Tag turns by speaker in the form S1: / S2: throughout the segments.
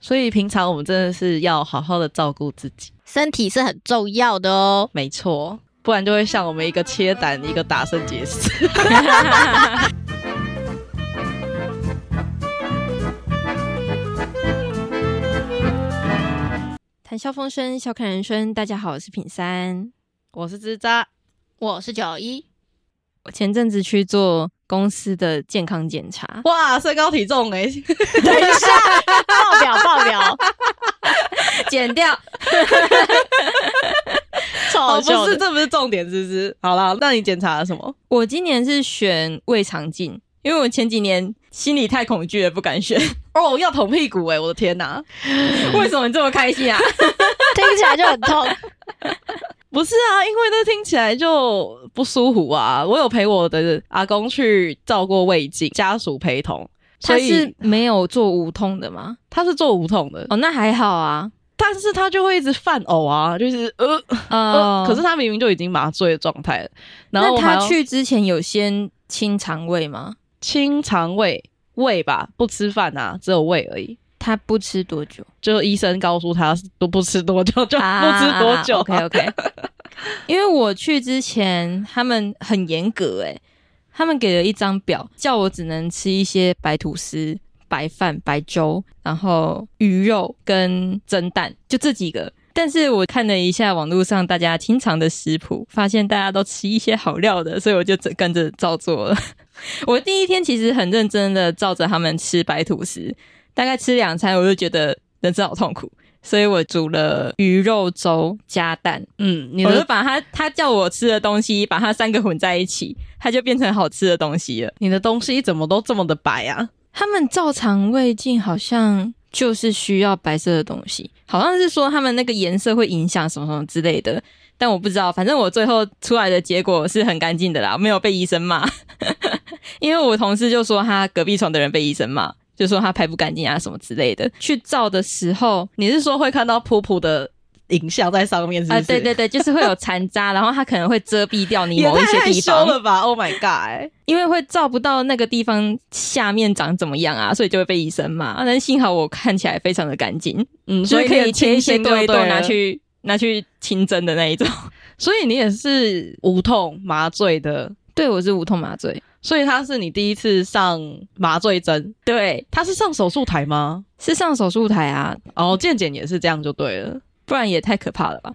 S1: 所以平常我们真的是要好好的照顾自己，
S2: 身体是很重要的哦。
S1: 没错，不然就会像我们一个切胆，一个打肾结石。
S3: 谈笑风生，笑看人生。大家好，我是品三。
S1: 我是枝扎，
S2: 我是九一，
S3: 我前阵子去做公司的健康检 查，
S1: 哇，身高体重哎、欸，
S2: 等一下，爆表爆 表，
S3: 减掉。
S2: 超
S1: 哦
S2: 好笑
S1: 不是，
S2: 的。
S1: 这不是重点，是不是？好啦，那你检查了什么？
S3: 我今年是选胃肠镜，因为我前几年心里太恐惧了，不敢选。
S1: 哦，要捅屁股哎、我的天哪、
S3: 为什么你这么开心啊？
S2: 听起来就很痛。
S1: 不是啊，因为那听起来就不舒服啊。我有陪我的阿公去照过胃镜，家属陪同，所
S3: 他
S1: 以
S3: 是没有做无痛的吗？
S1: 他是做无痛的，
S3: 哦，那还好啊。
S1: 但是他就会一直犯呕啊，就是呃
S3: 哦
S1: 呃，，可是他明明就已经麻醉的状态了，然后
S3: 那
S1: 我还
S3: 他
S1: 要
S3: 去之前有先清肠胃吗？
S1: 清肠胃胃吧，不吃饭啊，只有胃而已。
S3: 他不吃多久？
S1: 就医生告诉他都不吃多久， 就不吃多久、
S3: OK OK。因为我去之前，他们很严格诶、他们给了一张表，叫我只能吃一些白吐司、白饭、白粥，然后鱼肉跟蒸蛋，就这几个。但是我看了一下网络上大家经常的食谱，发现大家都吃一些好料的，所以我就只跟着照做了。我第一天其实很认真的照着他们吃白吐司，大概吃两餐，我就觉得人生好痛苦。所以我煮了鱼肉粥加蛋，
S1: 嗯，你
S3: 我就
S1: 的
S3: 把它他叫我吃的东西，把它三个混在一起，它就变成好吃的东西了。
S1: 你的东西怎么都这么的白啊？
S3: 他们照肠胃镜好像就是需要白色的东西，好像是说他们那个颜色会影响什么什么之类的，但我不知道。反正我最后出来的结果是很干净的啦，没有被医生骂。 因为我同事就说他隔壁床的人被医生骂，就说他排不干净啊什么之类的。去照的时候，
S1: 你是说会看到噗噗的影像在上面是不
S3: 啊、
S1: 是？
S3: 对对对，就是会有残渣，然后它可能会遮蔽掉 你
S1: 也
S3: 某一些
S1: 太害
S3: 地
S1: 羞
S3: 方，
S1: 了吧！Oh my god！
S3: 因为会照不到那个地方下面长怎么样啊，所以就会被医生骂。啊但幸好我看起来非常的干净，
S1: 嗯，
S3: 所
S1: 所
S3: 以
S1: 以
S3: 可以
S1: 你
S3: 切一些
S1: 清
S3: 剁
S1: 就
S3: 一剁
S1: 对了
S3: 拿，去拿去清蒸的那一种。
S1: 所以你也是无痛麻醉的，
S3: 对，我是无痛麻醉，
S1: 所以他是你第一次上麻醉针，
S3: 对，
S1: 他是上手术台吗？
S3: 是上手术台啊，
S1: 哦，健检也是这样就对了，
S3: 不然也太可怕了吧？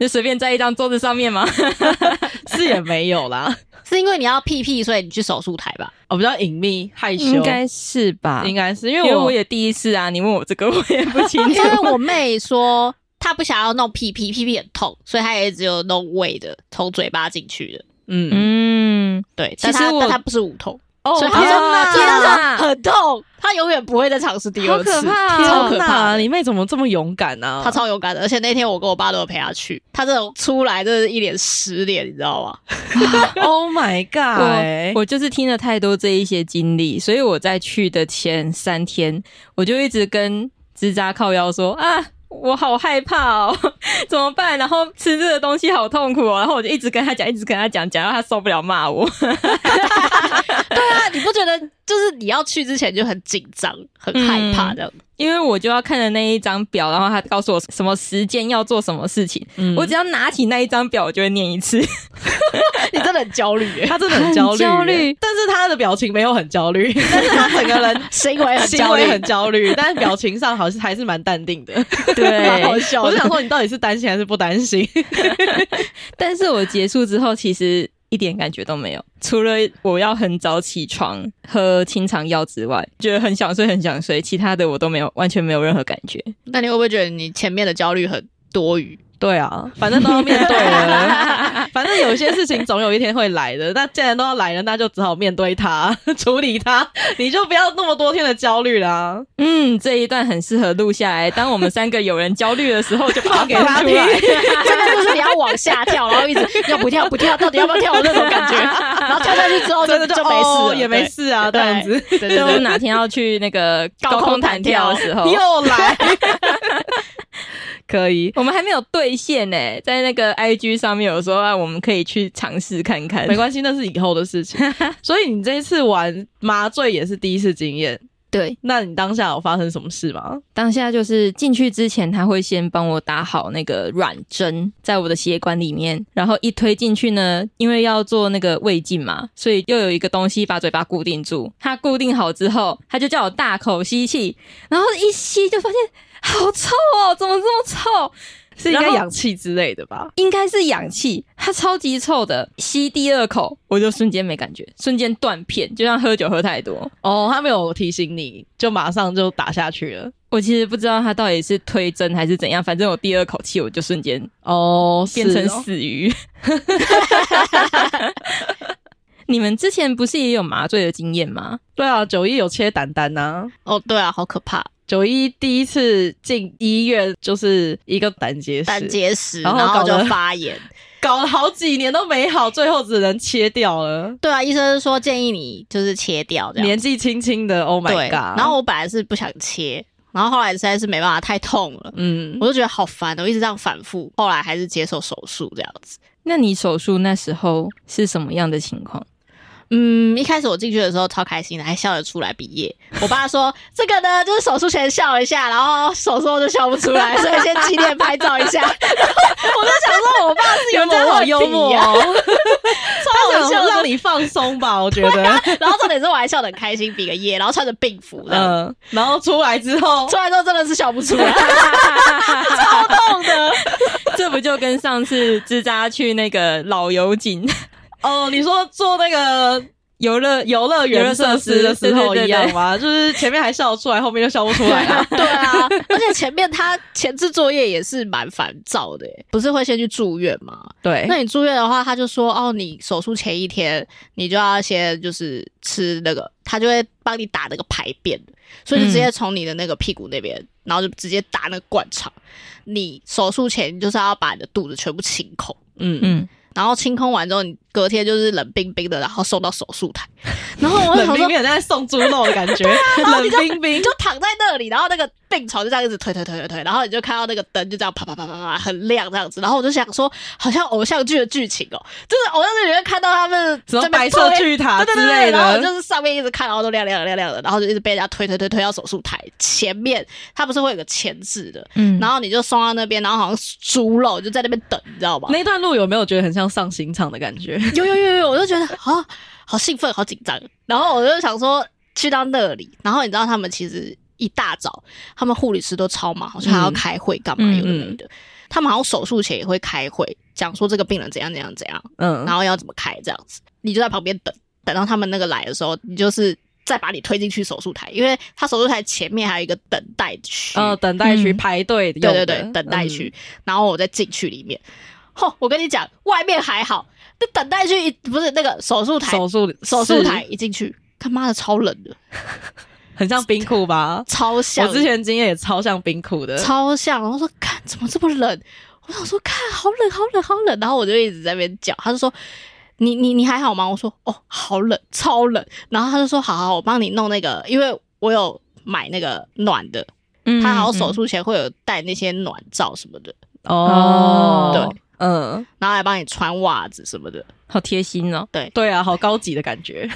S3: 就随便在一张桌子上面吗？
S1: 是也没有啦，
S2: 是因为你要屁屁，所以你去手术台吧？
S1: 哦我比较隐秘害羞，
S3: 应该是吧，
S1: 应该啊是因
S3: 因
S1: 为
S3: 为
S1: 我
S3: 我也第一次啊，你问我这个我也不清
S2: 因
S3: 楚。
S2: 为我妹说她不想要弄屁屁，屁屁很痛，所以她也只有弄胃的，从嘴巴进去的。
S1: 嗯
S3: 嗯，
S2: 对，
S3: 其实
S2: 但她
S3: 我
S2: 但她不是无痛，
S1: 哦
S2: 所以啊她
S3: 好
S2: 说，
S3: 天哪
S2: 所以她说很痛，她永远不会再尝试第二次，
S3: 好可怕哦
S2: 超可
S1: 天
S2: 怕啊
S1: 哪，
S2: 的。
S1: 你妹怎么这么勇敢啊呢、
S2: 她超勇敢的，而且那天我跟我爸都有陪她去，她这种出来真的是一脸失脸，你知道吗？
S1: Oh my god！
S3: 我我就是听了太多这一些经历，所以我在去的前三天，我就一直跟吱扎靠腰说啊。我好害怕哦， 怎么办？然后吃这个东西好痛苦哦，然后我就一直跟他讲，一直跟他讲，讲到他受不了骂我。
S2: 对啊，你不觉得就是你要去之前就很紧张、很害怕这样？
S3: 因为我就要看着那一张表，然后他告诉我什么时间要做什么事情，
S1: 嗯
S3: 我只要拿起那一张表，我就会念一次。
S2: 你真的很焦虑耶，
S1: 他真的很焦虑，
S3: 很焦虑
S1: 但是他的表情没有很焦 虑，但是他整个人
S2: 行为很
S1: 行
S2: 焦虑
S1: 哎为，很焦虑，但是表情上好像还是蛮淡定的。
S2: 蛮好
S3: 对，
S2: 笑 的。
S1: 我就想说，你到底是担心还是不担心？
S3: 但是我结束之后，其实一点感觉都没有，除了我要很早起床喝清肠药之外，觉得很想睡，很想睡，其他的我都没有，完全没有任何感觉。
S2: 那你会不会觉得你前面的焦虑很多 余？
S1: 对啊，反正都要面对了， 反正有些事情总有一天会来的。那既然都要来了，那就只好面对它， 处理它，你就不要那么多天的焦虑啦。
S3: 嗯，这一段很适合录下来。当我们三个有人焦虑的时候，就把它
S1: 给他
S3: 放出来。
S2: 真的就是你要往下跳，然后一直要不跳不跳，到底要不要跳的那种感觉。然后跳下去之后就
S1: 真的
S2: 就没事
S1: 哦
S2: 了，
S1: 也没事啊，这
S2: 对
S1: 样子
S2: 对。对
S3: 所以我
S2: 对
S3: 们哪天要去那个高空弹跳的时 候，
S1: 又来， 可以。
S3: 我们还没有兑现呢、在那个 IG 上面有说、啊、我们可以去尝试看 看
S1: 没。关系，那是以后的事情。所以你这一次玩麻醉也是第一次经验，
S3: 对，
S1: 那你当下有发生什么事吗？
S3: 当下就是进去之前，他会先帮我打好那个软针在我的血管里面，然后一推进去呢，因为要做那个胃镜嘛，所以又有一个东西把嘴巴固定住。他固定好之后，他就叫我大口吸气，然后一吸就发现好臭哦，怎么这么臭？是应
S1: 然
S3: 该
S1: 后
S3: 氧
S1: 氧气之类的吧？
S3: 应该是氧气，它超级臭的。吸第二口，我就瞬间没感觉，瞬间断片，就像喝酒喝太多。
S1: 哦，他没有提醒你，就马上就打下去了。
S3: 我其实不知道他到底是推针还是怎样，反正我第二口气我就瞬间
S1: 哦，
S3: 变成
S1: 是哦
S3: 死鱼。 你们之前不是也有麻醉的经验吗？
S1: 对啊，九一有切胆胆呐、
S2: 哦，对啊，好可怕，
S1: 九一第一次进医院就是一个胆结石，
S2: 胆结石，
S1: 然
S2: 然
S1: 后
S2: 后
S1: 搞
S2: 就
S1: 得
S2: 发炎。
S1: 搞了好几年都没好，最后只能切掉了。
S2: 对啊，医生说建议你就是切掉这样。
S1: 年纪轻轻的，Oh my
S2: 对，
S1: god！
S2: 然后我本来是不想切，然后后来实在是没办法，太痛了，
S1: 嗯，
S2: 我就觉得好烦哦，一直这样反复，后来还是接受手术这样子。
S3: 那你手术那时候是什么样的情况？
S2: 嗯，一开始我进去的时候超开心的，还笑得出来毕业。我爸说这个呢，就是手术前笑一下，然后手术后就笑不出来，所以先纪念拍照一下。 然后我就想说，我爸是有
S1: 人家
S2: 某
S1: 好
S2: 问
S1: 幽
S2: 题
S1: 默、
S2: 啊，
S1: 哦，
S2: 超
S1: 他
S2: 好
S1: 想
S2: 笑
S1: 让
S2: 的。
S1: 你放松 吧，我觉得。
S2: 然后重点是我还笑得很开心，比个耶，然后穿着病服这样子
S1: 嗯，然后出来之后，
S2: 出来之后真的是笑不出来。
S3: 这不就跟上次支扎去那个老油井
S1: 哦，你说做那个
S3: 游乐
S1: 游乐园设施的时候
S3: 对对对对
S1: 一样吗？就是前面还笑得出来，后面就笑不出来 了。
S2: 对啊，而且前面他前置作业也是蛮烦躁的耶，不是会先去住院吗？
S1: 对
S2: 那你住院的话，他就说哦，你手术前一天你就要先就是吃那个，他就会帮你打那个排便，所以就直接从你的那个屁股那边，然后就直接打那个灌肠。你手术前就是要把你的肚子全部清空。
S1: 嗯嗯，
S3: 嗯，
S2: 然后清空完之后，你隔天就是冷冰冰的，然后送到手术台。 然后我就
S1: 冷
S2: 想
S1: 冰
S2: 说，
S1: 冰很像在送猪肉的感 觉，冷冰
S2: 你
S1: 冰。
S2: 就躺在那里，然后那个病床就这样一直推推推推推，然后你就看到那个灯就这样啪啪啪啪啪很亮这样子，然后我就想说，好像偶像剧的剧情哦、就是偶像剧里面看到他们
S1: 什么
S2: 这边
S1: 白
S2: 推
S1: 色巨塔
S2: 对对
S1: 之
S2: 对
S1: 类
S2: 对，然后我
S1: 的，
S2: 就是上面一直看，然后都亮亮亮亮的，然后就一直被人家推推推推到手术台前面，它不是会有个前置的，
S3: 嗯
S2: 然后你就送到那边，然后好像猪肉就在那边等，你知道吗？
S1: 那一段路有没有觉得很像上刑场的感觉？
S2: 有有有有，我就觉得啊，好兴奋，好紧张。然后我就想说去到那里，然后你知道他们其实一大早，他们护理师都超忙，好像还要开会干嘛
S3: 嗯
S2: 有的没的。他们好像手术前也会开会，讲说这个病人怎样怎样怎样，
S1: 嗯
S2: 然后要怎么开这样子。你就在旁边等，等到他们那个来的时候，你就是再把你推进去手术台，因为他手术台前面还有一个等待区。
S1: 呃，等待区
S3: 嗯
S1: 排队用
S2: 对
S1: 的，
S2: 对对，等待
S1: 嗯
S2: 区，然后我再进去里面。吼，我跟你讲，外面还好，那等待区一不是那个手术台，
S1: 手术
S2: 手术
S1: 室
S2: 台一进去，他妈的超冷的，
S1: 很像冰库吧？
S2: 超像
S1: 我
S2: 的，
S1: 之前经验也超像冰库的，
S2: 超像。然后说，看怎么这么冷？我想说，看好冷，好冷，好冷。然后我就一直在那边叫，他就说。你你你还好吗？我说哦，好冷，超冷。然后他就说好好，我帮你弄那个，因为我有买那个暖的，
S3: 嗯
S2: 他
S1: 嗯
S2: 好像手术前会有带那些暖罩什么的，
S1: 哦，
S2: 对，
S1: 嗯，
S2: 然后还帮你穿袜子什么的，
S3: 好贴心哦。
S1: 对啊，好高级的感觉，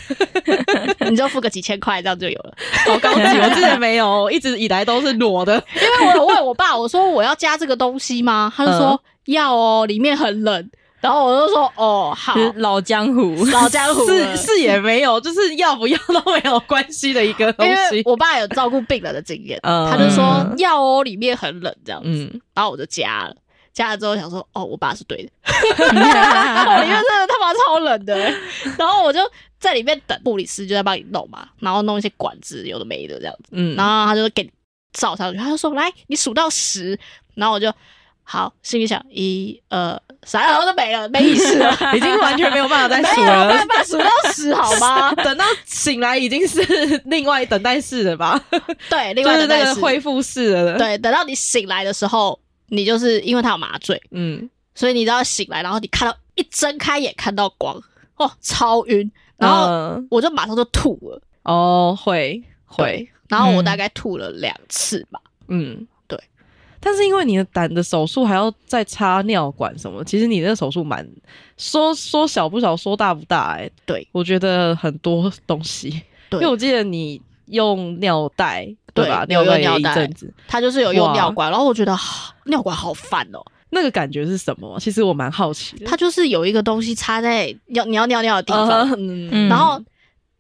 S2: 你就付个几千块，这样就有了。
S1: 好高级。我之前没有，我一直以来都是裸的，
S2: 因为我有问我爸，我说我要加这个东西吗？他就说、要哦，里面很冷。然后我就说哦，好
S3: 就，是老江湖，
S2: 老江湖了
S1: 是是也没有，就是要不要都没有关系的一个东
S2: 因为
S1: 西。
S2: 我爸有照顾病人的经验，
S1: 嗯
S2: 他就说要哦，里面很冷这样子。
S1: 嗯，
S2: 然后我就加了，加了之后想说哦，我爸是对的，我里面真的他妈超冷的欸。然后我就在里面等护理师就在帮你弄嘛，然后弄一些管子有的没的这样子。
S1: 嗯，
S2: 然后他就给照上去，他就说：“来，你数到十。”然后我就好，心里想一二三，然后就没了，没意 思了，
S1: 已经完全没有办法再数
S2: 没有
S1: 了？
S2: 办。法数到十，好吗
S1: 等到醒来已经是另外等待室了 吧？
S2: 对，另
S1: 就
S2: 外
S1: 是
S2: 的
S1: 那
S2: 那
S1: 个
S2: 是
S1: 恢复室了。，
S2: 对，等到你醒来的时候，你就是因为他有麻醉，
S1: 嗯，
S2: 所以你只要醒来，然后你看到一睁开眼看到光，哦，超晕，然后
S1: 嗯
S2: 我就马上就吐了，
S1: 哦，会会，
S2: 然后我
S3: 嗯
S2: 大概吐了两次吧。
S1: 嗯，
S2: 对。
S1: 但是因为你的胆的手术还要再插尿管什么，其实你那手术蛮说说小不小，说大不大哎、
S2: 对，
S1: 我觉得很多东西，因
S2: 对
S1: 为我记得你用尿袋，
S2: 对
S1: 吧？
S2: 有
S1: 尿
S2: 用
S1: 袋也
S2: 尿
S1: 一
S2: 袋
S1: 阵子，
S2: 他就是有用
S1: 哇
S2: 尿管，然后我觉得啊尿管好烦哦，
S1: 那个感觉是什么？其实我蛮好奇的。
S2: 它就是有一个东西插在要你要尿尿的地方，
S1: 嗯
S3: 嗯
S2: 然后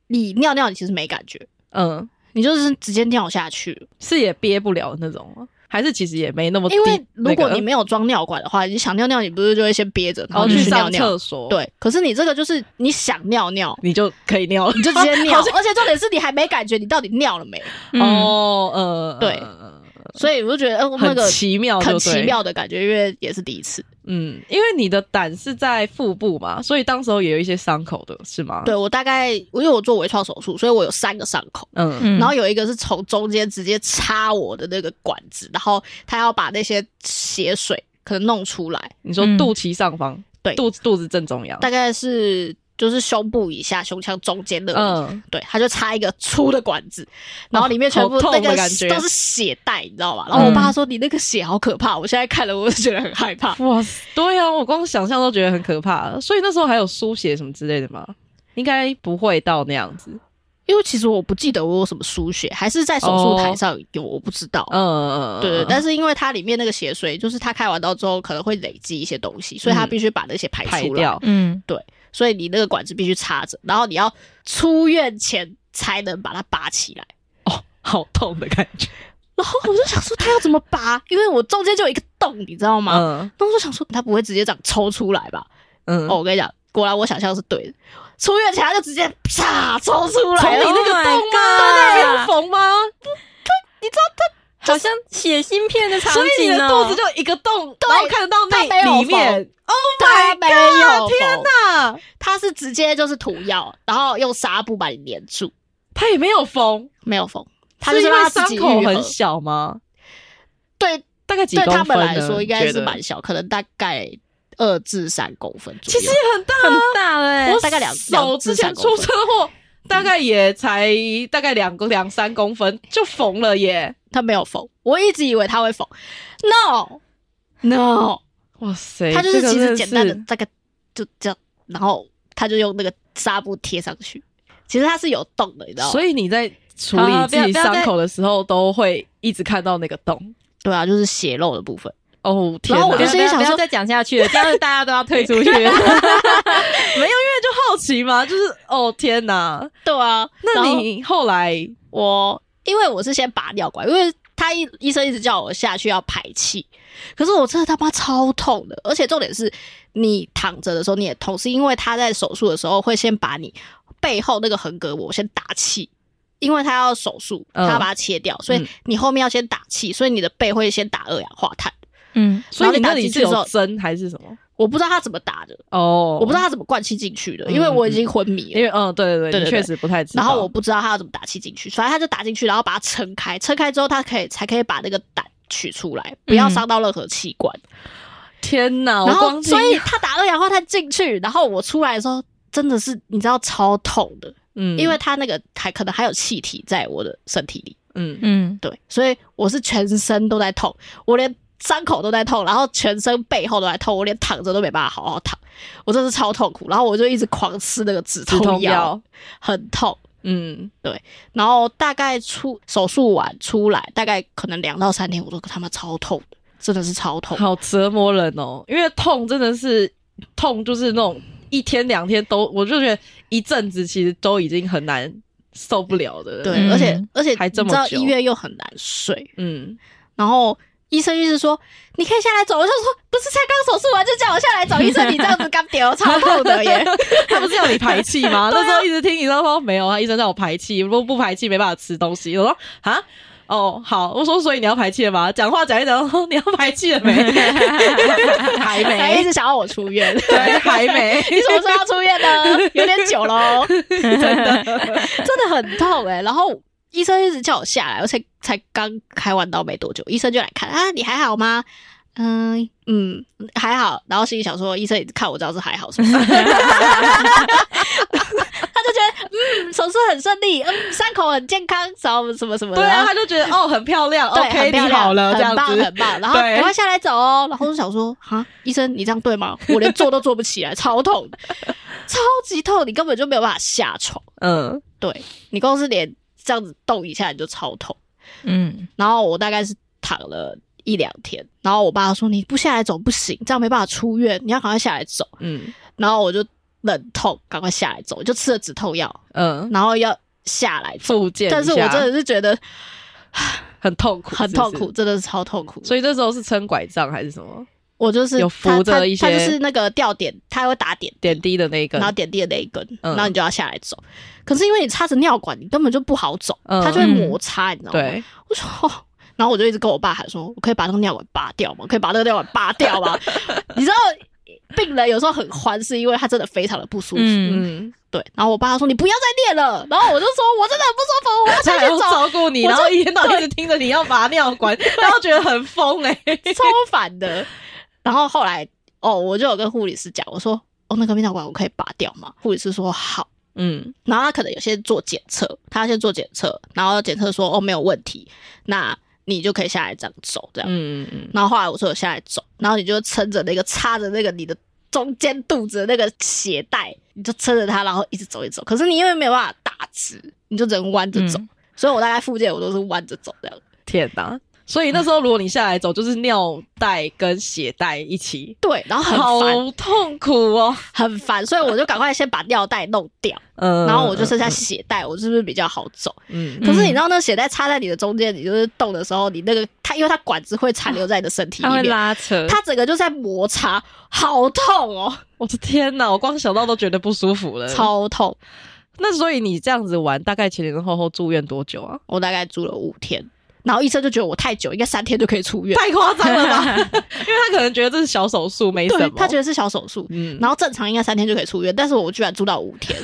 S2: 你尿尿你其实没感觉，
S1: 嗯，
S2: 你就是直接尿下去，
S1: 是也憋不了那种吗？还是其实也没那么低？
S2: 因为如果
S1: 哦那个
S2: 你没有装尿管的话，你想尿尿你不是就会先憋着，然
S1: 然
S2: 后
S1: 后
S2: 就
S1: 哦去
S2: 去尿
S1: 上
S2: 尿，
S1: 厕所，，
S2: 对，可是你这个就是你想尿尿。
S1: 你就可以尿了，
S2: 你 就直接尿，
S1: 好像
S2: 而且重点是你还没感觉你到底尿了没，
S3: 哦，
S1: 哦，呃，
S2: 嗯对
S1: 呃，
S2: 所以我就觉得呃那
S1: 很
S2: 个
S1: 奇妙，
S2: 很奇，妙的感觉，因为也是第一次。
S1: 嗯，因为你的胆是在腹部嘛，所以当时候也有一些伤口的，是吗？，
S2: 对我大概因为我做微创手术，所以我有三个伤口，
S1: 嗯，
S3: 嗯
S2: 然后有一个是从中间直接插我的那个管子，然后他要把那些血水可能弄出来，
S1: 你说
S3: 嗯
S1: 肚脐上方，
S2: 对
S1: 肚肚子正中央，
S2: 大概是就是胸部以下、胸腔中间的，
S1: 嗯，
S2: 对，他就插一个粗的管子，然后里面全部
S1: 好痛
S2: 那
S1: 的
S2: 个
S1: 感觉嗯
S2: 都是血袋，你知道吗？然后我爸说：“你那个血好可怕！”我现在看了，我就觉得很害 怕。
S1: 哇塞，对啊，我光想象都觉得很可怕，所以那时候还有输血什么之类的吗？应该不会到那样子，
S2: 因为其实我不记得我有什么输血，还是在手术台上有，我不知道。
S1: 嗯嗯，嗯
S2: 对对，
S1: 嗯
S2: 但是因为它里面那个血水，就是它开完刀之后可能会累积一些东西，所以它
S1: 嗯
S2: 必须把那些排
S1: 排
S2: 出来。
S1: 掉，
S3: 嗯，
S2: 所以你那个管子必须插着，然后你要出院前才能把它拔起来。
S1: 好痛的感觉，
S2: 然后我就想说，它要怎么拔？ 因为我中间就有一个洞，你知道吗？
S1: 嗯
S2: 那我就想说，它不会直接这样抽出来吧？
S1: 嗯
S2: 哦，我跟你讲，果然我想象是对的。出院前它就直接啪抽出
S1: 从
S2: 来
S1: 你
S2: 了，
S1: 那个
S3: Oh my
S1: 洞吗？
S3: God
S1: 对那边缝吗？
S3: 好像写芯片的场
S1: 所以你
S3: 景
S1: 的
S3: 哦，
S1: 肚子就一个洞，然后看得到
S2: 它没有
S1: 那里面。哦，
S2: 它没有，
S1: 天
S2: 哪！
S1: 哪，
S2: 它是直接就是涂药，然后用纱布把你粘住，
S1: 它也没有缝，
S2: 没有缝。它
S1: 是
S2: 就是
S1: 因
S2: 让
S1: 为
S2: 它
S1: 伤
S2: 自己
S1: 口
S2: 愈合
S1: 很小吗？
S2: 对
S1: 大概几
S2: 对
S1: 公分
S2: 他们来
S1: 呢
S2: 说应该
S1: 你觉
S2: 是
S1: 得
S2: 蛮小，可能大概二至三公分左
S1: 其
S2: 右。
S1: 实也很大啊。
S3: 很大欸嘞
S1: 我，
S2: 大概两
S1: 手之前出车祸，大概也才大概两个两三公分就缝了耶。
S2: 他没有缝，我一直以为他会缝，no no，
S1: 哇塞，
S2: 他就是
S1: 这个
S2: 其
S1: 真
S2: 实
S1: 的
S2: 简单的
S1: 是
S2: 大概就这样，然后他就用那个纱布贴上去。其实它是有洞的，你知道吗？
S1: 所以你在处
S3: 好
S1: 理
S3: 好不
S1: 自
S3: 要
S1: 己
S3: 不要
S1: 伤
S3: 再
S1: 口的时候，都会一直看到那个洞。
S2: 对啊，就是血肉的部分。
S1: 哦，天
S2: 然后
S1: 哪
S2: 我就
S3: 不
S2: 是
S3: 要不要
S2: 心里想
S3: 不
S2: 说
S3: 要再讲下去了，这样大家都要退出去。
S1: 没有，因为就好奇嘛，就是哦天哪！
S2: 对啊，
S1: 那
S2: 然后
S1: 你后来
S2: 我因为我是先拔尿管，因为他医医生一直叫我下去要排气，可是我真的他妈超痛的，而且重点是你躺着的时候你也痛，是因为他在手术的时候会先把你背后那个横膈膜先打气。因为他要手术，他
S1: 嗯
S2: 要把它切掉，所以
S1: 嗯
S2: 你后面要先打气，所以你的背会先打二氧化碳。
S3: 嗯，
S1: 所以你那
S2: 然后你打
S1: 里
S2: 进
S1: 是
S2: 去的时
S1: 有
S2: 候
S1: 针还是什么？
S2: 我不知道他怎么打的，
S1: 哦，
S2: 我不知道，他怎么灌气进去的，
S1: 嗯
S2: 因为我已经昏迷了。
S1: 因为嗯，对对
S2: 对
S1: 你
S2: 对对
S1: 确实不太知道。
S2: 然后我不知道他要怎么打气进去，反正他就打进去，然后把它撑开，撑开之后他可以才可以把那个胆取出来，不要伤到任何器官。
S1: 天哪，我
S2: 然
S1: 嗯光
S2: 后
S1: 听
S2: 所以他打二氧化碳进去，然后我出来的时候真的是你知道超痛的，
S1: 嗯
S2: 因为他那个还可能还有气体在我的身体里，
S1: 嗯
S3: 嗯，
S2: 对，所以我是全身都在痛，我连。伤口都在痛，然后全身背后都在痛，我连躺着都没办法好好躺，我真的是超痛苦。然后我就一直狂吃那个止
S1: 止
S2: 痛
S1: 痛
S2: 药
S1: 药，
S2: 很痛。
S1: 嗯，
S2: 然后大概出手术完出来，大概可能两到三天，我都他妈超痛的，真的是超痛。
S1: 好折磨人哦，因为痛真的是痛，就是那种一天两天都，我就觉得一阵子其实都已经很难受不了的。
S2: 对，
S3: 嗯
S2: 而且而且
S1: 还这么
S2: 你知道
S1: 久
S2: 医院又很难睡，
S1: 嗯，
S2: 然后医生一直说你可以下来走，我就说不是才刚手术完就叫我下来走，医生你这样子干屌，超痛的耶。
S1: 他不是要你排气吗？
S2: 啊
S1: 那时候一直听医生说没有，啊他医生让我排气，如果不排气没办法吃东西。我说啊。哦，好，我说，所以你要排气了吗？讲话讲一讲，说你要排气了 没？
S2: 啊
S1: 还
S2: 他一
S1: 没，
S2: 直想要我出院，
S1: 对，还 没，
S2: 你什么时候要出 院呢？有点久喽，
S1: 真的，
S2: 真的很痛哎、然后医生一直叫我下来，而且才刚开完刀没多久，医生就来看啊，你还好吗？嗯嗯，还好。然后心里想说，医生也看我知道是还好什么 事，他就觉得嗯，手术很顺利，嗯，伤口很健康，什么什么什么的。
S1: 对啊，
S2: 然后
S1: 他就觉得哦，很漂亮
S2: 对
S1: ，OK，
S2: 很
S1: 你
S2: 漂亮
S1: 好了，这样
S2: 很棒
S1: 子
S2: 很，棒。然后
S1: 对
S2: 赶快下来走哦。然后我就想说，哈，医生你这样对吗？我连坐都坐不起来，超痛，超级痛，你根本就没有办法下床。
S1: 嗯，
S2: 对你光是连这样子动一下你就超痛。
S3: 嗯，
S2: 然后我大概是躺了一两天，然后我爸说你不下来走不行，这样没办法出院，你要赶快下来走。
S1: 嗯
S2: 然后我就忍痛赶快下来走，就吃了止痛药，
S1: 嗯，
S2: 然后要下来走。
S1: 复健一下，
S2: 但是我真的是觉得
S1: 很痛苦，
S2: 很
S1: 是不
S2: 痛
S1: 是
S2: 苦，。真的是超痛苦。
S1: 所以那时候是撑拐杖还是什么
S2: 我就是
S1: 有
S2: 他
S1: 扶着
S2: 他
S1: 一
S2: 他就
S1: 些
S2: 是那个吊点，他会打点，
S1: 点滴的那一根
S2: 然？后点滴的那一根，
S1: 嗯
S2: 然后你就要下来走。可是因为你插着尿管，你根本就不好走，
S1: 嗯
S2: 它就会摩擦，你知道吗？
S1: 对，
S2: 我说。哦然后我就一直跟我爸喊说：“我可以把那个尿管拔掉吗？我可以把那个尿管拔掉吗？” 你知道，病人有时候很欢，是因为他真的非常的不舒服。
S3: 嗯，
S1: 嗯，
S2: 对。然后我爸说：“你不要再练了。”然后我就说：“我真的很不舒服，我要
S1: 他
S2: 下
S1: 还
S2: 去
S1: 要
S2: 走。”
S1: 照顾你，
S2: 我
S1: 然
S2: 就
S1: 后一天到晚一直听着你要拔尿管，然后觉得很疯哎。
S2: 超烦的。然后后来哦，我就有跟护理师讲，我说哦，那个泌尿管我可以拔掉吗？护理师说好。
S1: 嗯
S2: 然后他可能有些做检测，他要先做检测，然后检测说哦没有问题，那你就可以下来这样走这样。
S1: 嗯嗯
S2: 然后后来我说我下来走，然后你就撑着那个插着那个你的中间肚子的那个鞋带，你就撑着它，然后一直走一直走。可是你因为没有办法打直，你就只能弯着走。
S3: 嗯
S2: 所以我大概附件我都是弯着走这样。
S1: 天哪！所以那时候如果你下来走，就是尿袋跟鞋带一起，
S2: 对，然后很
S1: 好
S2: 烦，
S1: 痛苦哦。
S2: 很烦，所以我就赶快先把尿带弄掉，
S1: 嗯
S2: 然后我就剩下鞋带，我是不是比较好走？
S1: 嗯，
S2: 可是你知道，那鞋带插在你的中间，你就是动的时候，你那个它，因为它管子会残留在你的身体
S3: 他会
S2: 里面，
S3: 拉扯，
S2: 它整个就在摩擦，好痛哦，
S1: 我的天哪！我光想到都觉得不舒服了。
S2: 超痛！
S1: 那所以你这样子玩，大概前前后后住院多久啊？
S2: 我大概住了五天，然后医生就觉得我太久，应该三天就可以出院，
S1: 太夸张
S3: 嗯
S1: 了吧？因为他可能觉得这是小手术，没什
S2: 对
S1: 么。
S2: 他觉得是小手术，
S1: 嗯，
S2: 然后正常应该三天就可以出院，但是我居然住到五天，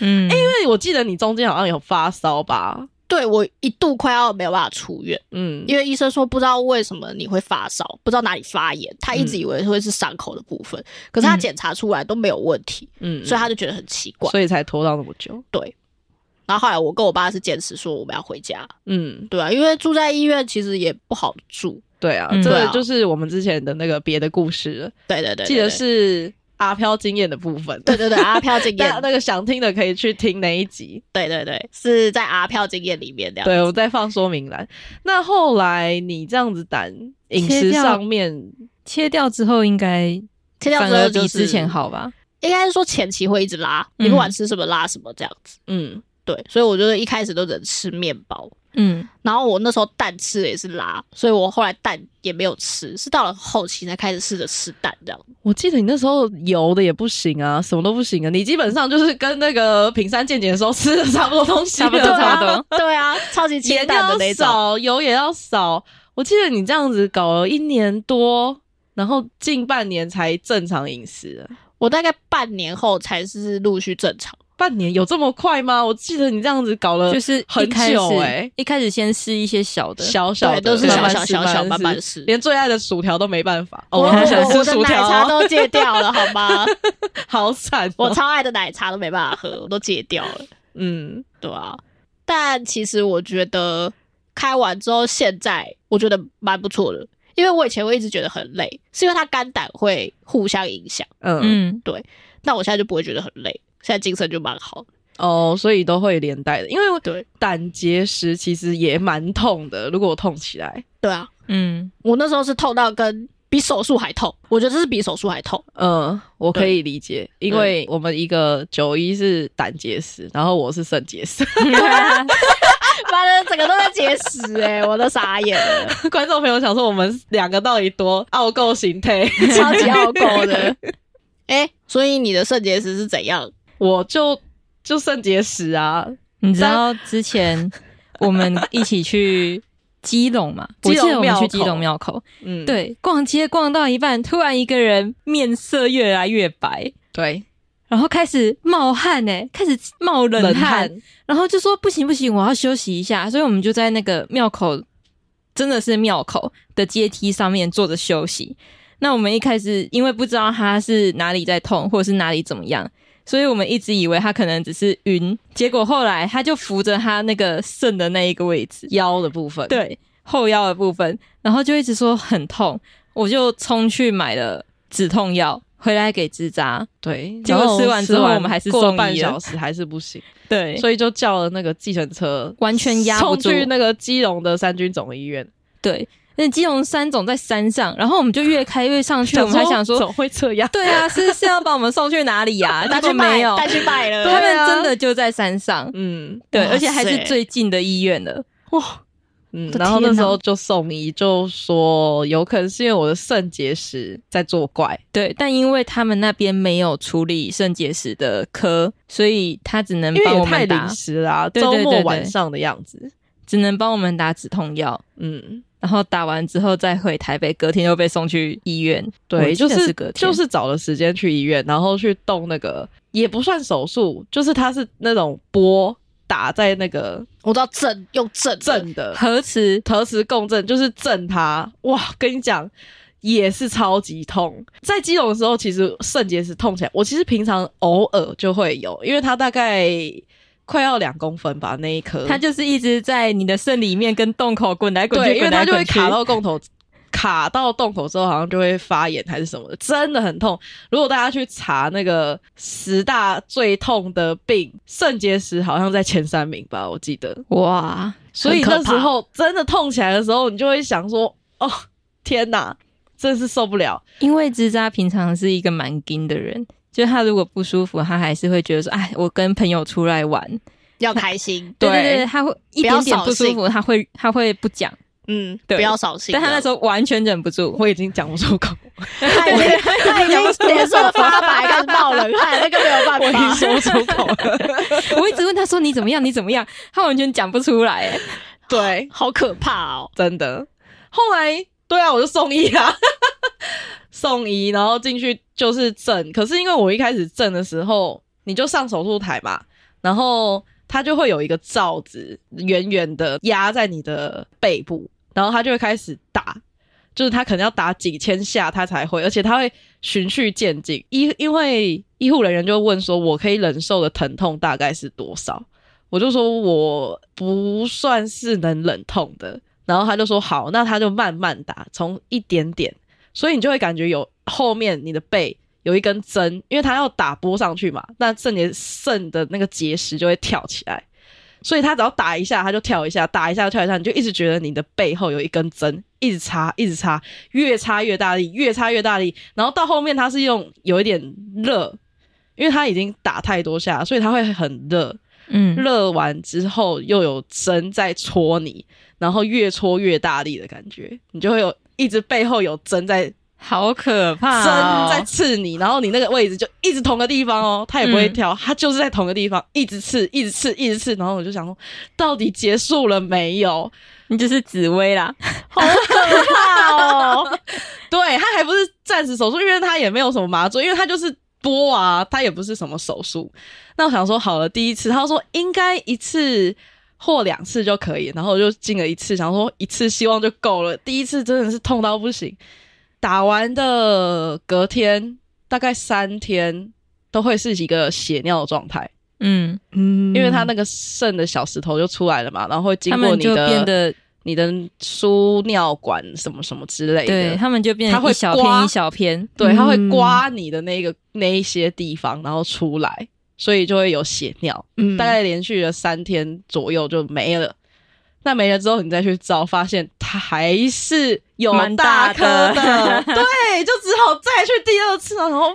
S3: 嗯，因为
S1: 因为我记得你中间好像有发烧吧？
S2: 对我一度快要没有办法出院。
S1: 嗯，
S2: 因为医生说不知道为什么你会发烧，不知道哪里发炎，他
S1: 嗯
S2: 一直以为会是伤口的部分，可是他检查出来都没有问题，
S1: 嗯
S2: 所以他就觉得很奇怪。
S1: 所以才拖到那么久。
S2: 然后后来我跟我爸是坚持说我们要回家，
S1: 嗯，
S2: 对啊，因为住在医院其实也不好住，
S1: 对啊，
S3: 嗯
S1: 这
S2: 对
S1: 个
S2: 啊
S1: 就是我们之前的那个别的故事了，
S2: 对对对对
S1: 记得，是阿飘经验的部分。
S2: 对对对，阿飘经
S1: 大家
S2: 验，
S1: 那个想听的可以去听那一集，
S2: 对对对，是在阿飘经验里面的。
S1: 对我再放说明栏。那后来你这样子胆饮
S3: 切
S1: 食
S3: 掉
S1: 上面，
S3: 切掉之后应该
S2: 切掉
S3: 反
S2: 之后
S3: 而
S2: 就
S3: 比
S2: 是
S3: 之前，好吧？
S2: 应该是说前期会一直拉，你不管吃什么拉什么这样子。
S1: 嗯
S2: 对，所以我就是一开始都只能吃面包，
S3: 嗯
S2: 然后我那时候蛋吃的也是拉，所以我后来蛋也没有吃，是到了后期才开始试着吃蛋这样。
S1: 我记得你那时候油的也不行啊，什么都不行啊，你基本上就是跟那个平山健检的时候吃的差不多东西了，
S3: 差不多
S1: 对啊
S3: 差不多
S2: 对啊，超级清
S1: 盐
S2: 淡的
S1: 要
S2: 那种。
S1: 少，油也要少。我记得你这样子搞了一年多，然后近半年才正常饮食，
S2: 我大概半年后才是陆续正常。
S1: 半年有这么快吗？我记得你这样子搞了，
S3: 就是一
S1: 很
S3: 开
S1: 久
S3: 始、
S1: 哎
S3: 一开始先试一些欸小的，
S1: 小小的，
S2: 对都是
S1: 慢慢
S2: 小小
S1: 吃
S2: 小小慢慢
S1: 吃
S2: 吃
S1: 连最爱的薯条都没办法。哦，
S2: 我
S1: 好想
S2: 我
S1: 吃
S2: 我的
S1: 薯
S2: 奶茶
S1: 条哦，
S2: 都戒掉 了，好吗？
S1: 好惨哦。
S2: 我超爱的奶茶都没办法喝，我都戒掉了，
S1: 嗯，
S2: 对啊。但其实我觉得开完之后，现在我觉得蛮不错的，因为我以前会一直觉得很累，是因为它肝胆会互相影响。
S1: 嗯
S3: 嗯，
S2: 那我现在就不会觉得很累，现在精神就蛮好的。
S1: 哦，所以都会连带的，因为我
S2: 对
S1: 胆结石其实也蛮痛的。如果我痛起来，
S2: 对啊，
S3: 嗯，
S2: 我那时候是痛到跟比手术还痛，我觉得这是比手术还痛。
S1: 嗯，我可以理解，因为我们一个九一是胆结石，然后我是肾结石。
S2: 妈的，整个都在结石哎、我都傻眼了，
S1: 观众朋友想说，我们两个到底多傲够形态？
S2: 超级傲狗的。哎、所以你的肾结石是怎样？
S1: 我就就肾结石啊，
S3: 你知道 之前我们一起去基隆嘛？我
S1: 基
S3: 记
S1: 隆
S3: 得我们去
S1: 庙
S3: 基隆
S1: 口
S3: 庙口，
S1: 嗯，
S3: 对，逛街逛到一半，突然一个人面色越来越白，
S1: 对，
S3: 然后开始冒汗呢、开始冒冷
S1: 冷
S3: 汗，
S1: 汗
S3: 然后就说不行不行，我要休息一下，所以我们就在那个庙口，真的是庙口的阶梯上面坐着休息。那我们一开始因为不知道他是哪里在痛，或者是哪里怎么样，所以我们一直以为他可能只是晕，结果后来他就扶着他那个肾的那一个位置，
S1: 腰的部分，，
S3: 对后腰的部分，然后就一直说很痛，我就冲去买了止痛药。回来给吱喳。
S1: 对，
S3: 结果吃完之后我们还是
S1: 过了
S3: 送
S1: 半
S3: 医
S1: 小
S3: 了
S1: 时还是不行，
S3: 对
S1: 所以就叫了那个计程车，
S3: 完全压不
S1: 冲
S3: 住。
S1: 去那个基隆的三军总医院。
S3: 对，那基隆山总在山上，然后我们就越开越上去，我们还想
S1: 怎
S3: 说，
S1: 么会这样？
S3: 对啊，是是要把我们送去哪里
S1: 啊
S3: 呀、
S2: 带
S3: 结果
S2: 去
S3: 没
S2: 卖
S3: 有，
S2: 带去卖了，
S3: 他
S1: 对啊
S3: 们真的就在山上，
S1: 嗯
S3: 对，
S2: 哇
S3: 而且还是
S2: 塞
S3: 最近的医院了。
S2: 哇，
S1: 嗯，
S2: 我的
S1: 然后那
S2: 天
S1: 时
S2: 哪
S1: 候就送医，就说有可能是因为我的肾结石在作怪，
S3: 对，但因为他们那边没有处理肾结石的科，所以他只能
S1: 因为
S3: 嗯帮
S1: 也
S3: 我
S1: 太
S3: 们打
S1: 临，时啦、
S3: 对
S1: 周
S3: 对
S1: 末
S3: 对
S1: 晚
S3: 对
S1: 上的样子。
S3: 只能帮我们打止痛药，
S1: 嗯，
S3: 然后打完之后再回台北，隔天又被送去医院。我
S1: 对，
S3: 记
S1: 就
S3: 得
S1: 是
S3: 隔天，
S1: 就是找了时间去医院，然后去动那个也不算手术，就是它是那种波打在那个
S2: 我都要震用震的
S1: 震的
S3: 核磁
S1: 核磁共振，就是震它。哇，跟你讲。也是超级痛，在基隆的时候，其实肾结石痛起来，我其实平常偶尔就会有，因为它大概快要两公分吧，那一颗
S3: 它就是一直在你的肾里面跟洞口滚来滚
S1: 对，
S3: 去，
S1: 因为
S3: 滚
S1: 它
S3: 来
S1: 就会
S3: 滚去
S1: 卡到洞口，卡到洞口之后好像就会发炎还是什么的，真的很痛。如果大家去查那个十大最痛的病，肾结石好像在前三名吧，我记得。
S3: 哇，
S1: 所以
S2: 很可
S1: 那
S2: 怕
S1: 时候真的痛起来的时候，你就会想说：“哦，天哪，真是受不了。
S3: 因为吱喳平常是一个蛮硬的人，就他如果不舒服，他还是会觉得说，哎，我跟朋友出来玩，
S2: 要开心，
S3: 对
S1: 对
S3: 对对，他会一
S2: 不要
S3: 点点
S2: 扫
S3: 不舒
S2: 兴
S3: 服，他会他会不讲，
S2: 嗯，
S3: 对
S2: 不要扫兴的。
S3: 但他那时候完全忍不”住，
S1: 我已经讲不出口，
S2: 他已经 他已经脸色发白，开始冒冷汗，那个没有
S1: 我已经
S2: 办法。
S1: 说不出口了。
S3: 我一直问他说你怎么样，你怎么样，他完全讲不出来，哎
S1: 对，
S2: 好可 怕哦！
S1: 真的。后来对啊，我就送医啊， 送医，然后进去就是震。可是因为我一开始震的时候，你就上手术台嘛，然后它就会有一个罩子，远远的压在你的背部，然后它就会开始打。就是它可能要打几千下，它才会，而且它会循序渐进。医因为医护人员就问说，我可以忍受的疼痛大概是多少？我就说我不算是能忍痛的，然后他就说好，那他就慢慢打，从一点点，所以你就会感觉有后面你的背有一根针，因为他要打拨上去嘛，那肾结肾的那个结石就会跳起来，所以他只要打一下，他就跳一下，打一下就跳一下，你就一直觉得你的背后有一根针，一直插，一直插，越插越大力，越插越大力，然后到后面他是用有一点热，因为他已经打太多下，所以他会很热，
S3: 嗯，
S1: 热完之后又有针在戳你，然后越戳越大力的感觉，你就会有一直背后有针在针
S3: 好可怕哦、
S1: 在刺你，然后你那个位置就一直同个地方哦，它也不会跳，它就是在同个地方一直刺，一直刺，一直刺，然后我就想说，到底结束了没有？
S3: 你就是紫薇啦，
S2: 怕哦，
S1: 对，它还不是暂时手术，因为它也没有什么麻醉，因为它就是。拨啊，它也不是什么手术。那我想说，好了，第一次，他说应该一次或两次就可以，然后我就进了一次，想说哦一次希望就够了。第一次真的是痛到不行，打完的隔天大概三天都会是一个血尿的状态，
S3: 嗯，
S2: 嗯
S1: 因为它那个肾的小石头就出来了嘛，然后会经
S3: 嗯他
S1: 过
S3: 们
S1: 你
S3: 就
S1: 的
S3: 变得，
S1: 你的输尿管什么什么之类的，
S3: 对他们就变
S1: 他
S3: 得
S1: 会
S3: 一小
S1: 刮
S3: 片一小片，
S1: 对，它会
S2: 嗯
S1: 刮你的那个那一些地方，然后出来，所以就会有血尿，
S2: 嗯
S1: 大概连续了三天左右就没了。那没了之后，你再去照，发现它还是有
S3: 蛮
S1: 大
S3: 大
S1: 颗
S3: 的
S1: 对，就只好再去第二次，然后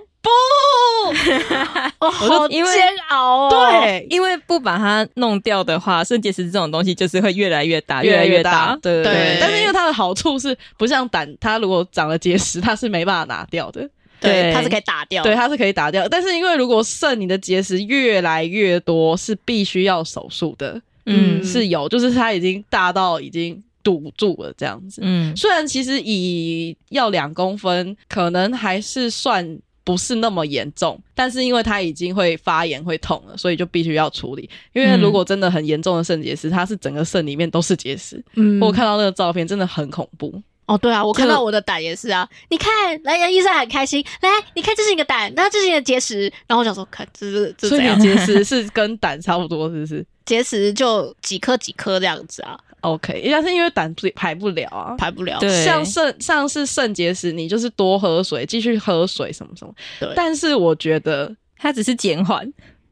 S1: 不，
S2: 哦，好
S3: 因为
S2: 煎熬哦。，
S1: 对，
S3: 因为不把它弄掉的话，肾结石这种东西就是会越来越大，来
S1: 越
S3: 大。
S1: 对对对
S2: 对。
S1: 但是因为它的好处是，不像胆，它如果长了结石，它是没办法拿掉的。
S2: 对，
S3: 对
S2: 它是可以打掉。
S1: 对，，它是可以打掉。但是因为如果肾你的结石越来越多，是必须要手术的，
S3: 嗯
S1: 是有，就是它已经大到已经堵住了这样子。
S3: 嗯，
S1: 虽然其实以要两公分，可能还是算不是那么严重，但是因为它已经会发炎会痛了，所以就必须要处理。因
S2: 嗯
S1: 为如果真的很严重的肾结石，它是整个肾里面都是结石。
S2: 嗯
S1: 我看到那个照片真的很恐怖，
S2: 哦，对啊，我看
S1: 就
S2: 到我的胆也是啊。你看，来，医生很开心。来，你看，这是你的胆，那这是你的结石。然后我想说，看，这是这是
S1: 所以
S2: 怎
S1: 你
S2: 样
S1: 的？结石是跟胆差不多，是不是？
S2: 结石就几颗几颗这样子啊。
S1: OK，但是因为胆不排不了啊。
S2: 排不了。
S3: 对
S1: 像肾上次肾结石，你就是多喝水，继续喝水什么什么
S2: 对。
S1: 但是我觉得，
S3: 它只是减缓，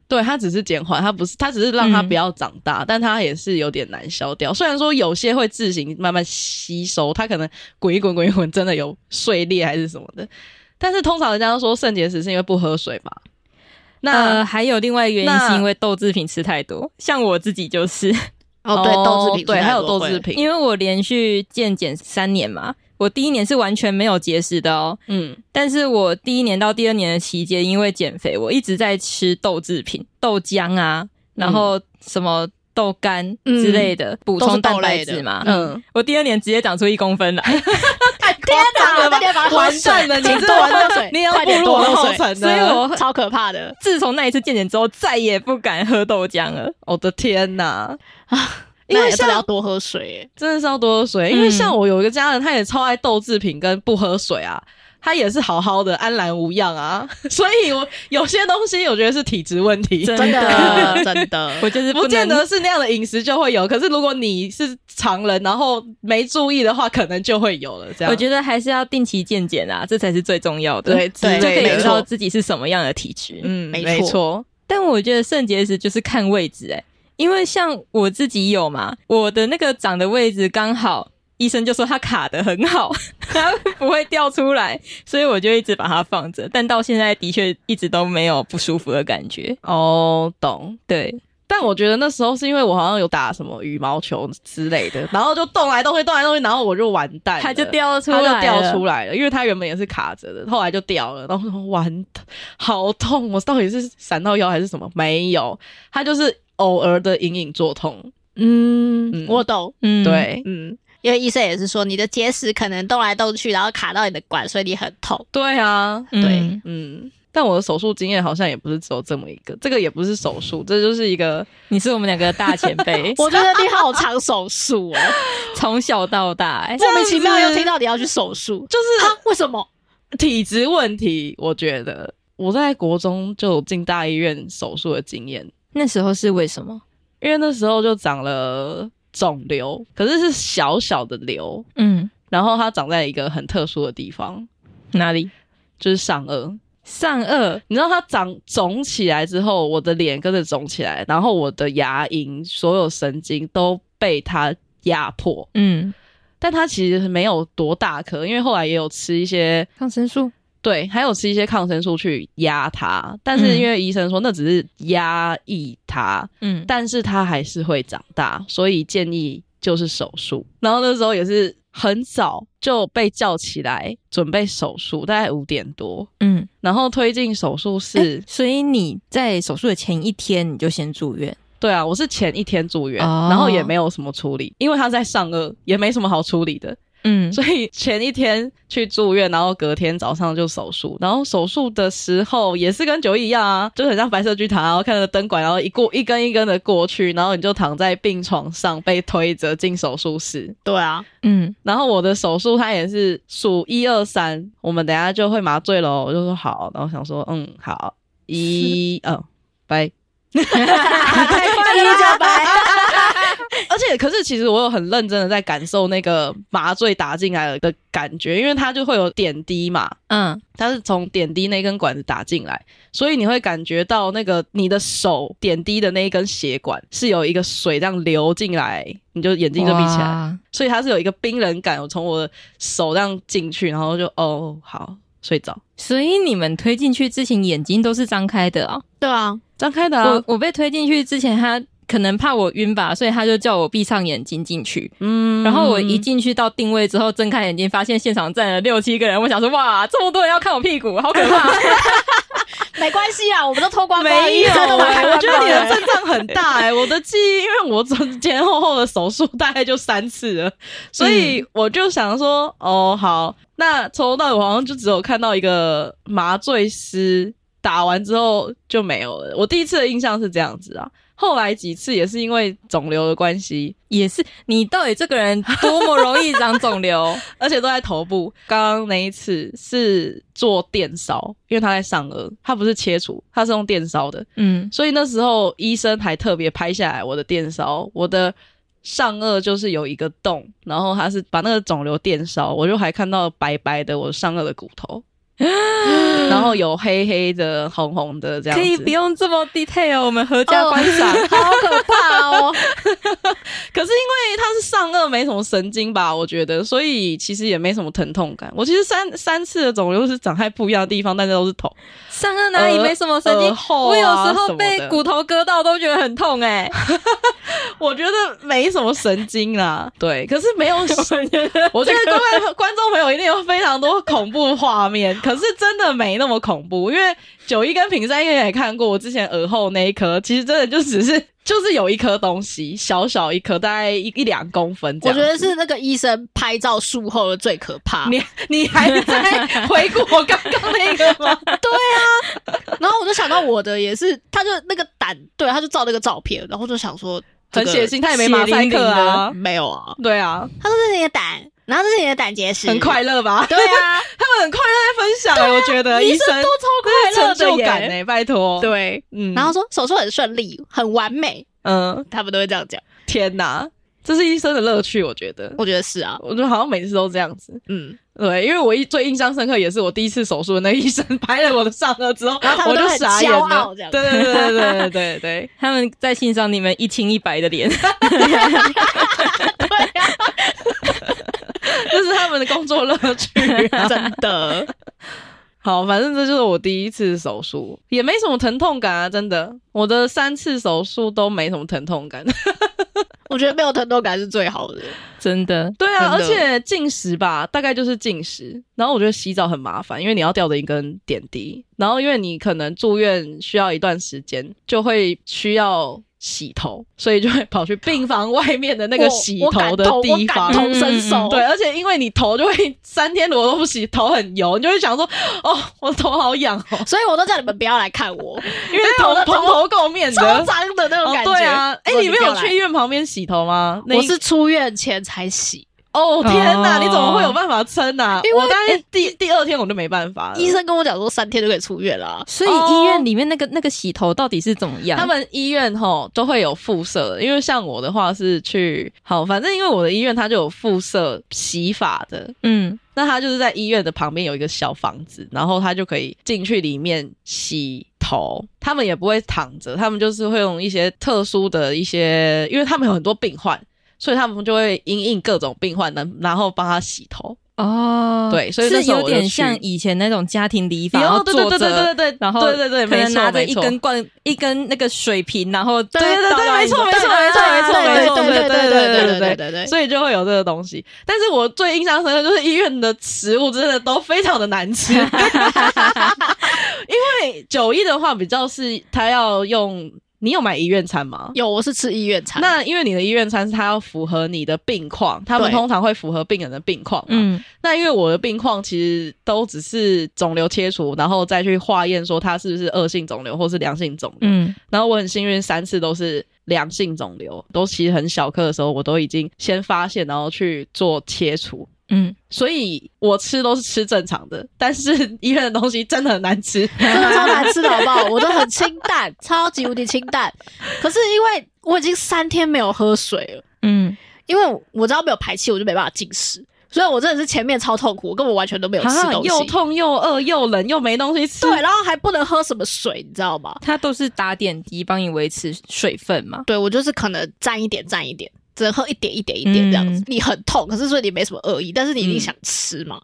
S1: 对它只是减缓，它不是，它只是让它
S3: 嗯
S1: 不要长大，但它也是有点难消掉。虽然说有些会自行慢慢吸收，它可能滚一滚滚一滚，真的有碎裂还是什么的。但是通常人家都说肾结石是因为不喝水嘛。那、
S3: 呃，还有另外一个原因
S1: 那
S3: 是因为豆制品吃太多，像我自己就是，
S2: 哦，对，豆制品，
S1: 对，还有豆制，品，
S3: 因为我连续健检三年嘛，我第一年是完全没有节食的哦，
S1: 嗯，
S3: 但是我第一年到第二年的期间，因为减肥，我一直在吃豆制品、豆浆啊，然后什么豆干之类的，补、充蛋白质嘛。
S2: 都是豆类的
S1: 嗯，
S3: 我第二年直接长出一公分来，
S1: 太夸
S2: 张了吧大家把它
S1: 完蛋了，你
S2: 请
S1: 这
S2: 多喝水
S1: 你也要
S2: 快
S1: 步
S2: 点
S1: 入
S2: 多
S1: 我
S2: 喝
S1: 的后
S2: 水
S1: 尘
S3: 所以
S1: 了。
S3: 我
S2: 超可怕的。
S3: 自从那一次健检之后，再也不敢喝豆浆了。
S1: 哦我的天哪！ 因
S3: 啊
S2: 因
S1: 为
S2: 为真的要
S1: 像
S2: 多喝水，
S1: 真的是要多喝水，
S3: 嗯
S1: 因为像我有一个家人，他也超爱豆制品跟不喝水啊，他也是好好的安然无恙啊， 所以我有些东西我觉得是体质问题，
S3: 真
S2: 真的
S3: 的
S2: 真的。
S3: 我就 是
S1: 不
S3: 能
S1: 见得是那样的饮食就会有，可是如果你是常人，然后没注意的话，可能就会有了。这样
S3: 我觉得还是要定期健检啊，这才是最重要的。
S1: 啊对
S3: 就可
S2: 对
S3: 以
S2: 没
S3: 知
S2: 错
S3: 道自己是什么样的体质。
S1: 嗯，
S2: 没
S1: 没
S2: 错
S1: 错，
S3: 但我觉得肾结石就是看位置、欸，因为像我自己有嘛，我的那个长的位置刚好，医生就说它卡的很好， 它不会掉出来，所以我就一直把它放着。但到现在的确一直都没有不舒服的感觉。
S1: 哦，懂。
S3: 对，
S1: 但我觉得那时候是因为我好像有打什么羽毛球之类的，然后就动来动去，动来动去，然后我就完蛋了，
S3: 它就掉出
S1: 它
S3: 来了，
S1: 就掉出来了，因为它原本也是卡着的，后来就掉了，然后我说完蛋，好痛！我到底是闪到腰还是什么？没有，它就是偶尔的隐隐作痛。
S2: 嗯
S1: 嗯
S2: 我懂，
S3: 嗯，
S1: 对、
S2: 嗯，因为医生也是说，你的结石可能动来动去，然后卡到你的管，所以你很痛。
S1: 对啊，
S3: 嗯
S2: 对，
S1: 嗯。但我的手术经验好像也不是只有这么一个，这个也不是手术，这就是一个
S3: 你是我们两个大前 辈
S2: 我觉得你 好常手术哦，
S3: 从小到大、欸，
S2: 莫名其妙
S1: 这样子
S2: 又听到你要去手术，
S1: 就是
S2: 啊？为什么？
S1: 体质问题。我觉得我在国中就有进大医院手术的经验，
S3: 那时候是为什么？
S1: 因为那时候就长了肿瘤，可是是小小的瘤，
S3: 嗯，
S1: 然后它长在一个很特殊的地方，
S3: 哪里？
S1: 就是上颚。
S3: 上颚，
S1: 你知道它长肿起来之后，我的脸跟着肿起来，然后我的牙龈所有神经都被它压迫。
S3: 嗯，
S1: 但它其实没有多大颗，因为后来也有吃一些
S3: 抗生素，
S1: 对，还有吃一些抗生素去压它，但是
S3: 嗯
S1: 因为医生说那只是压抑它，
S3: 嗯，
S1: 但是它还是会长大，所以建议就是手术。然后那时候也是很早就被叫起来准备手术，大概五点多，
S3: 嗯。
S1: 然后推进手术室。
S3: 欸所以你在手术的前一天你就先住院，
S1: 对啊，我是前一天住院，
S3: 哦
S1: 然后也没有什么处理，因为他在上颚，也没什么好处理的，
S3: 嗯
S1: 所以前一天去住院，然后隔天早上就手术。然后手术的时候也是跟九一一样啊，就是很像白色巨塔，然后看着灯管，然后一过一根一根的过去，然后你就躺在病床上被推着进手术室。
S2: 对啊，
S3: 嗯
S1: 然后我的手术它也是数一二三，我们等一下就会麻醉喽。我就说嗯好，然后想说嗯好，一嗯拜，太快了吧而且可是其实我有很认真的在感受那个麻醉打进来的感觉，因为它就会有点滴嘛，
S3: 嗯，
S1: 它是从点滴那根管子打进来，所以你会感觉到那个你的手点滴的那一根血管是有一个水这样流进来，你就眼睛就闭起来。
S3: 哇，
S1: 所以它是有一个冰冷感，我从我的手这样进去，然后就哦好睡着，
S3: 所以你们推进去之前眼睛都是张开的啊、
S2: 对啊，
S1: 张开的
S3: 我我被推进去之前，他可能怕我晕吧，所以他就叫我闭上眼睛进去。
S1: 嗯
S3: 然后我一进去到定位之后，睁开眼睛，发现现场站了六七个人，我想说哇，这么多人要看我屁股，好可怕！
S2: 没关系啊，我们都脱光光了，
S1: 没有、
S2: 医生都把它
S1: 欸，我
S2: 看
S1: 觉得
S2: 光
S1: 你的
S2: 了
S1: 阵仗很大哎、我的记忆，因为我前前后后的手术大概就三次了，所以我就想说，哦好，那从头到尾我好像就只有看到一个麻醉师打完之后就没有了。我第一次的印象是这样子啊，后来几次也是因为肿瘤的关系，
S3: 也是，你到底这个人多么容易长肿瘤？
S1: 而且都在头部。刚刚那一次是做电烧，因为他在上颚，他不是切除，他是用电烧的，
S3: 嗯
S1: 所以那时候医生还特别拍下来我的电烧，我的上颚就是有一个洞，然后他是把那个肿瘤电烧，我就还看到白白的我上颚的骨 头，然后有黑黑的、红红的这样
S3: 可
S1: 子。
S3: 以不用这么哦 detail，我们合家观赏。
S2: 哦 好可怕哦！
S1: 可是因为它是上颚没什么神经吧，我觉得，所以其实也没什么疼痛感。我其实三三次的肿瘤是长在不一样的地方，但是都是头。
S3: 上颚哪里没什么神
S1: 耳
S3: 经？
S1: 后啊
S3: 我有时
S1: 什
S3: 候
S1: 么
S3: 被
S1: 的
S3: 骨头割到都觉得很痛哎、
S1: 我觉得没什么神经啦， 对，可是没 有，我觉得各位观众朋友一定有非常多恐怖画面，可是真的没那么恐怖，因为九一跟平山应该也看过，我之前耳后那一颗，其实真的就只是 就是有一颗东西，小小一颗，大概一一两公分 这
S2: 我
S1: 样
S2: 觉
S1: 子。
S2: 得是那个医生拍照术后的最可 怕。
S1: 你你还在回顾我刚刚那个吗？
S2: 然后我就想到我的也是，他就那个胆，对，他就照那个照片，然后就想说、 这
S1: 很
S2: 个
S1: 血腥，他也没马赛克啊，
S2: 没有啊，
S1: 对啊，
S2: 他说这是你的胆，然后这是你的胆结石，
S1: 很快乐吧？
S2: 对啊，
S1: 他们很快乐在分享、欸，我觉得
S2: 医
S1: 医
S2: 生
S1: 生
S2: 啊都
S1: 这是
S2: 超
S1: 成
S2: 快
S1: 就
S2: 乐的
S1: 感
S2: 耶
S1: 哎、拜托，，
S2: 对，
S1: 嗯
S2: 然后说手术很顺利，很完美，
S1: 嗯，
S2: 他们都会这样讲。
S1: 天哪，这是医生的乐趣，我觉得，
S2: 我觉得是 啊，
S1: 我觉得好像每次都这样子。
S2: 嗯，
S1: 对，因为我一最印象深刻也是我第一次手术的那医生拍了我的上颚之后，
S2: 然后他
S1: 我
S2: 们
S1: 就
S2: 都很
S1: 傻眼
S2: 骄傲
S1: 了。
S2: 这
S1: 对
S2: 样
S1: 对对对对对对对，
S3: 他们在欣赏你们一清一白的脸，
S1: 这是他们的工作乐 趣。
S2: 真的，
S1: 好，反正这就是我第一次手术，也没什么疼痛感啊，真的。我的三次手术都没什么疼痛感。
S2: 我觉得没有疼痛感是最好的。
S3: 真的。
S1: 对啊，而
S2: 真的
S1: 且进食吧，大概就是进食。然后我觉得洗澡很麻烦，因为你要吊着一根点滴，然后因为你可能住院需要一段时间，就会需要洗头，所以就会跑去病房外面的那个
S2: 我
S1: 洗
S2: 我感
S1: 头的
S2: 同我
S1: 地
S2: 感
S1: 方。
S2: 同身
S3: 嗯
S2: 受，
S1: 对，而且因为你头就会三天如果都不洗，头很油，你就会想说，哦，我头好痒哦，
S2: 所以我都叫你们不要来看我，
S1: 因为头
S2: 啊我的头
S1: 蓬头垢面的，
S2: 超脏的那种
S1: 哦
S2: 感觉。
S1: 对啊，哎、
S2: 我说
S1: 你没
S2: 不要
S1: 有
S2: 来
S1: 去医院旁边洗头吗？那
S2: 我
S1: 一
S2: 是出院前才洗，
S1: 哦天哪，
S3: 哦
S1: 你怎么会有办法撑啊？
S2: 因为
S1: 我大概第第二天我就没办法了。
S2: 医生跟我讲说三天就可以出院了啊。
S3: 所以医院里面那个那个洗头到底是怎么样？
S1: 他们医院吼都会有附设，因为像我的话是去好，反正因为我的医院它就有附设洗发的，
S3: 嗯，
S1: 那它就是在医院的旁边有一个小房子，然后它就可以进去里面洗头。他们也不会躺着，他们就是会用一些特殊的一些，因为他们有很多病患，所以他们就会因应各种病患，然然后帮他洗头。
S3: 哦，
S1: 对所以那
S3: 是
S1: 时候
S3: 有
S1: 我就
S3: 点
S1: 去
S3: 像以前那种家庭理发，
S1: 哦
S3: 然后
S1: 对
S3: 坐
S1: 对对对
S3: 着
S1: 对对对
S3: 然后
S1: 对对对
S3: 可
S1: 没
S3: 能
S1: 错
S3: 拿着
S1: 没
S3: 一
S1: 错
S3: 根罐一根那个水瓶，然后对
S1: 对对对，没错没错没错没错啊没错，
S2: 对对
S1: 对
S2: 对
S1: 对
S2: 对对对对
S1: 所以就会有这个东西。但是我最印象深刻就是医院的食物真的都非常的难 吃，因为九一的话比较是他要用，你有买医院餐吗？
S2: 有，我是吃医院餐。
S1: 那因为你的医院餐是它要符合你的病况，他们
S2: 对
S1: 通常会符合病人的病况嘛。
S3: 嗯，
S1: 那因为我的病况其实都只是肿瘤切除，然后再去化验说它是不是恶性肿瘤或是良性肿瘤。
S3: 嗯
S1: 然后我很幸运，三次都是良性肿瘤，都其实很小颗的时候，我都已经先发现，然后去做切除。
S3: 嗯，
S1: 所以我吃都是吃正常的，但是医院的东西真的很难吃。
S2: 真的超难吃的好不好？我都很清淡，超级无敌清 淡。可是因为我已经三天没有喝水了，
S3: 嗯，
S2: 因为我知道没有排气，我就没办法进食，所以我真的是前面超痛苦，我根本完全都没有吃
S1: 啊
S2: 东西。
S1: 又痛又饿又冷又没东西吃。
S2: 对，然后还不能喝什么水，你知道吗？
S3: 它都是打点滴帮你维持水分嘛。
S2: 对我就是可能沾一点沾一点，只能喝一点一点一点这样子。
S3: 嗯
S2: 你很痛，可是所以你没什么恶意，但是你一
S1: 嗯
S2: 定想吃嘛。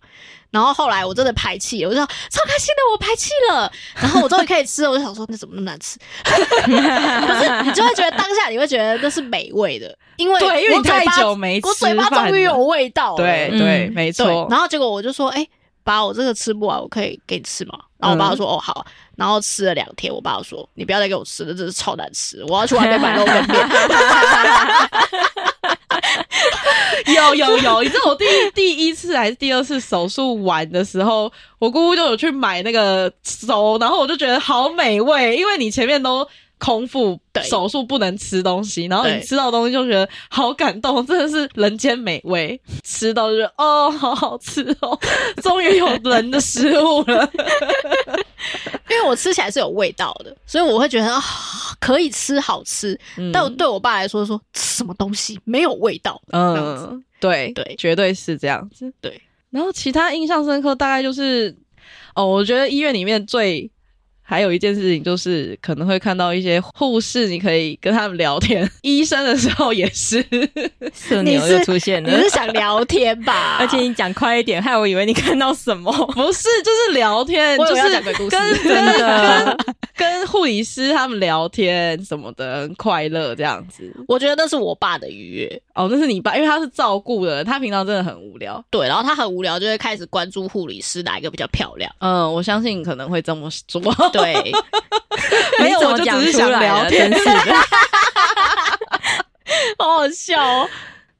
S2: 然后后来我真的排气了，我就说超开心的，我排气了。然后我终于可以吃了，我就想说那怎么那么难吃？ 可是你就会觉得当下你会觉得那是美味的，因为
S1: 对因为
S2: 我
S1: 你
S2: 嘴
S1: 太
S2: 巴
S1: 久没
S2: 我嘴
S1: 吃
S2: 巴
S1: 饭
S2: 终于
S1: 了
S2: 有味道了。
S1: 对
S3: 嗯
S1: 对，没
S2: 对
S1: 错。
S2: 然后结果我就说，哎、爸，我这个吃不完，我可以给你吃吗？然后我爸就说，哦，好啊。然后吃了两天，我爸就说，你不要再给我吃了，这是超难吃，我要去外面买肉羹面。
S1: 有有有，你知道我第一第一次还是第二次手术完的时候，我姑姑就有去买那个粥，然后我就觉得好美味，因为你前面都空腹
S2: 对
S1: 手术不能吃东西，然后你
S2: 对
S1: 吃到东西就觉得好感动，真的是人间美味，吃到就觉得哦，好好吃哦，终于有人的食物了。
S2: 因为我吃起来是有味道的，所以我会觉得啊、可以吃好吃，
S1: 嗯
S2: 但我对我爸来说说这什么东西没有味道，这样子
S1: 嗯，对
S2: 对
S1: 绝对是这样子。
S2: 对，
S1: 然后其他印象深刻大概就是，哦，我觉得医院里面最还有一件事情就是可能会看到一些护士，你可以跟他们聊天，医生的时候也是。
S3: 社
S2: 你
S3: 牛
S2: 是
S3: 又出现
S2: 你
S3: 了
S2: 是。想聊天
S3: 嗯
S2: 吧？
S3: 而且你讲快一点，害我以为你看到什么。
S1: 不是，就是聊天，
S2: 我以
S1: 就
S2: 为要
S1: 是
S2: 讲鬼故
S1: 跟
S2: 事
S1: 跟
S3: 真的，
S1: 跟护理师他们聊天什么的，很快乐这样子。
S2: 我觉得那是我爸的愉悦，
S1: 哦，那是你爸，因为他是照顾的，他平常真的很无聊。
S2: 对，然后他很无聊就会开始关注护理师哪一个比较漂亮，
S1: 嗯，我相信你可能会这么说。
S2: 对，
S1: 没有
S3: 你怎
S1: 我
S3: 么
S1: 就
S3: 讲
S1: 只是
S3: 出
S1: 想
S3: 来
S1: 聊
S3: 了
S1: 天
S3: 真是的。
S2: 好好笑哦。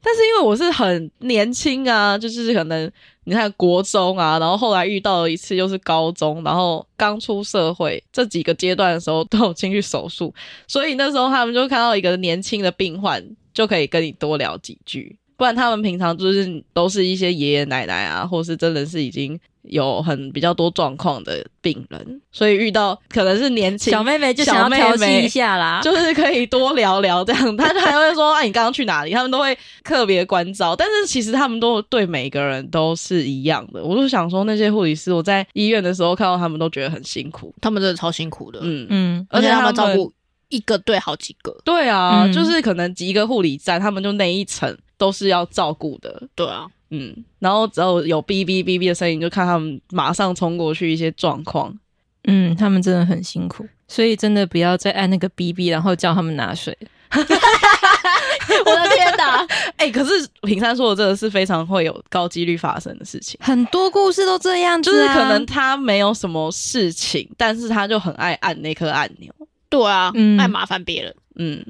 S1: 但是因为我是很年轻啊，就是可能你看国中啊，然后后来遇到了一次又是高中，然后刚出社会这几个阶段的时候都有进去手术，所以那时候他们就看到一个年轻的病患，就可以跟你多聊几句。不然他们平常就是都是一些爷爷奶奶啊，或是真的是已经有很比较多状况的病人，所以遇到可能是年轻
S3: 小妹妹就想
S1: 小
S3: 要
S1: 妹
S3: 调戏
S1: 妹
S3: 一下啦，
S1: 就是可以多聊聊这样。他就还会说：“哎、你刚刚去哪里？”他们都会特别关照。但是其实他们都对每个人都是一样的。我就想说，那些护理师，我在医院的时候看到他们都觉得很辛苦。
S2: 他们真的超辛苦的，
S1: 嗯，
S3: 嗯，
S2: 而且他们
S1: 而且他
S2: 照
S1: 们
S2: 顾一个对好几个，
S1: 对啊，
S3: 嗯
S1: 就是可能几个护理站，他们就那一层都是要照顾的。
S2: 对啊，
S1: 嗯，然后只要有哔哔哔哔的声音，就看他们马上冲过去一些状况。
S3: 嗯，他们真的很辛苦，所以真的不要再按那个 BB，然后叫他们拿水。
S2: 我的天哪！
S1: 哎、可是平山说的这个是非常会有高几率发生的事情。
S3: 很多故事都这样子、
S1: 就是
S2: 啊
S1: 可能，他没有什么事情，但是他就很爱按那颗按钮。
S2: 对啊，
S3: 嗯
S2: 爱麻烦别人，
S1: 嗯，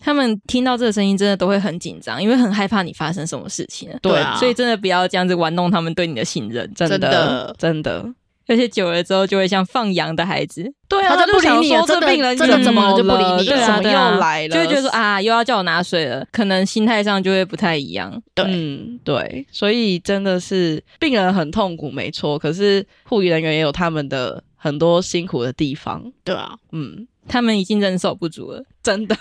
S3: 他们听到这个声音真的都会很紧张，因为很害怕你发生什么事情了。
S1: 对
S2: 对啊
S3: 所以真的不要这样子玩弄他们对你的信任，
S1: 真的
S2: 真的
S1: 真的
S3: 而且久了之后就会像放羊的孩子，
S1: 对
S2: 他
S1: 啊，
S2: 就不理
S1: 想
S2: 你了
S1: 说这
S2: 真的
S1: 病人
S2: 真的
S1: 怎
S2: 怎么就不理
S1: 了
S2: 你
S1: 对啊，
S2: 了
S3: 啊，
S1: 怎
S3: 对
S1: 么
S3: 啊
S1: 又来了？
S3: 就会觉得说，啊，又要叫我拿水了，可能心态上就会不太一样。
S2: 对
S1: 嗯，对，所以真的是病人很痛苦，没错。可是护理人员也有他们的很多辛苦的地方。
S2: 对啊，
S1: 嗯，
S3: 他们已经人手不 足了，
S1: 真的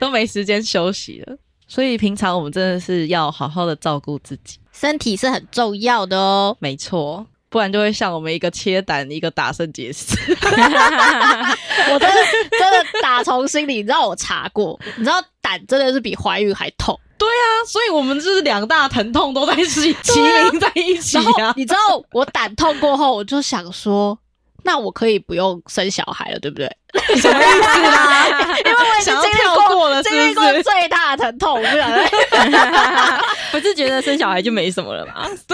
S1: 都没时间休息了。所以平常我们真的是要好好的照顾自己。
S2: 身体是很重要的哦。
S1: 没错，不然就会像我们一个切胆，一个打肾结石。
S2: 我真 的真的打从心里，你知道我查过，你知道胆真的是比怀孕还痛。
S1: 啊所以我们就是两大疼痛都在一起齐名在一起
S2: 然后
S1: 啊。
S2: 你知道我胆痛过后，我就想说，那我可以不用生小孩了，对不对？
S1: 什么意思啦？
S2: 因为我已经
S1: 想要
S2: 经历
S1: 跳过了，是
S2: 经历
S1: 不
S2: 过
S1: 是？
S2: 最大的疼痛，我不想再
S3: 不是觉得生小孩就没什么了 吗？
S2: 可是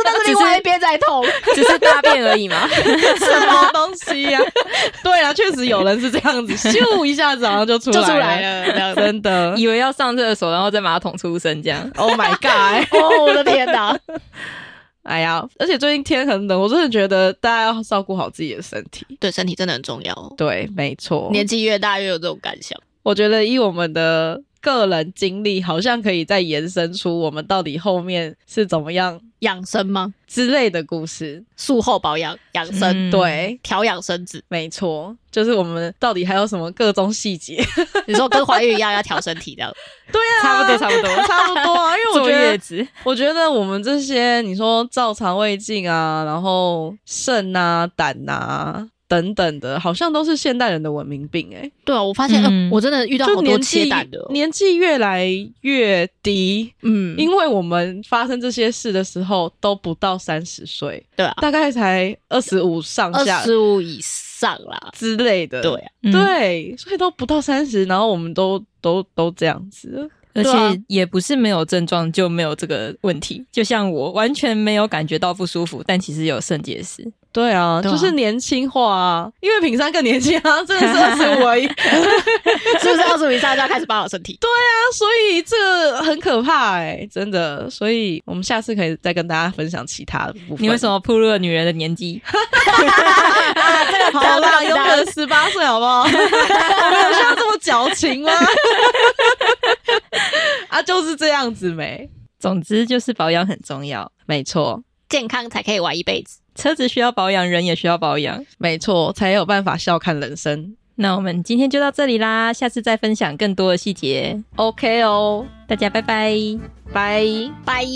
S2: 那是另外一边在痛，
S3: 只是大便而已嘛。
S1: 什么东西呀、对啊，确实有人是这样子，咻一下子好像就出
S2: 就出
S1: 来了，
S2: 来了，这 样子。
S1: 真的。
S3: 以为要上厕所，然后在马桶出声这样。
S1: Oh my god！
S2: 哦，我的天哪！
S1: 哎呀，而且最近天很冷，我真的觉得大家要照顾好自己的身体。
S2: 对，身体真的很重要哦。
S1: 对，没错。
S2: 年纪越大越有这种感想。
S1: 我觉得以我们的个人经历，好像可以再延伸出我们到底后面是怎么样
S2: 养生吗？
S1: 之类的故事。
S2: 术后保养、养生、
S3: 嗯
S1: 对，
S2: 调养身子。
S1: 没错，就是我们到底还有什么各种细节？
S2: 你说跟怀孕一样要调身体这样，
S1: 对啊
S3: 差不多差不多
S1: 差不多啊。因为我
S3: 坐
S1: 觉
S3: 月
S1: 得，
S3: 子，
S1: 我觉得我们这些，你说照肠胃镜啊，然后肾啊、胆啊等等的，好像都是现代人的文明病哎、
S2: 对啊，我发现，
S3: 嗯
S2: 呃我真的遇到
S1: 就
S2: 好多
S1: 年
S2: 切
S1: 纪
S2: 蛋的哦，
S1: 年纪越来越低，
S2: 嗯，
S1: 因为我们发生这些事的时候都不到三十岁，
S2: 对啊，
S1: 大概才二十五上
S2: 二
S1: 下
S2: 十五以上啦，
S1: 之类的。
S2: 对啊，
S3: 嗯
S1: 对，所以都不到三十，然后我们都都都这样子了。
S3: 而
S2: 对啊
S3: 且也不是没有症状就没有这个问题。就像我完全没有感觉到不舒服，但其实有肾结石。
S1: 对啊，
S2: 对啊
S1: 就是年轻化啊，因为品山更年轻啊，真的是二十五 而已，那
S2: 是不是二十五以上就要开始保养身体？
S1: 所以这个很可怕哎、真的。所以我们下次可以再跟大家分享其他的部分。
S3: 你 为什么暴露了女人的年纪？
S1: 好
S2: 不要告
S1: 啦？
S2: 诉
S1: 有
S2: 大家
S1: 可能十八岁好不好？ 我们有需要这么矫情吗？ 啊，就是这样子没，
S3: 总之就是保养很重要，
S1: 没错，
S2: 健康才可以玩一辈子。
S3: 车子需要保养，人也需要保养。
S1: 没错，才有办法笑看人生。
S3: 那我们今天就到这里啦，下次再分享更多的细节。
S1: OK 哦，
S3: 大家拜拜。
S1: 拜。
S2: 拜。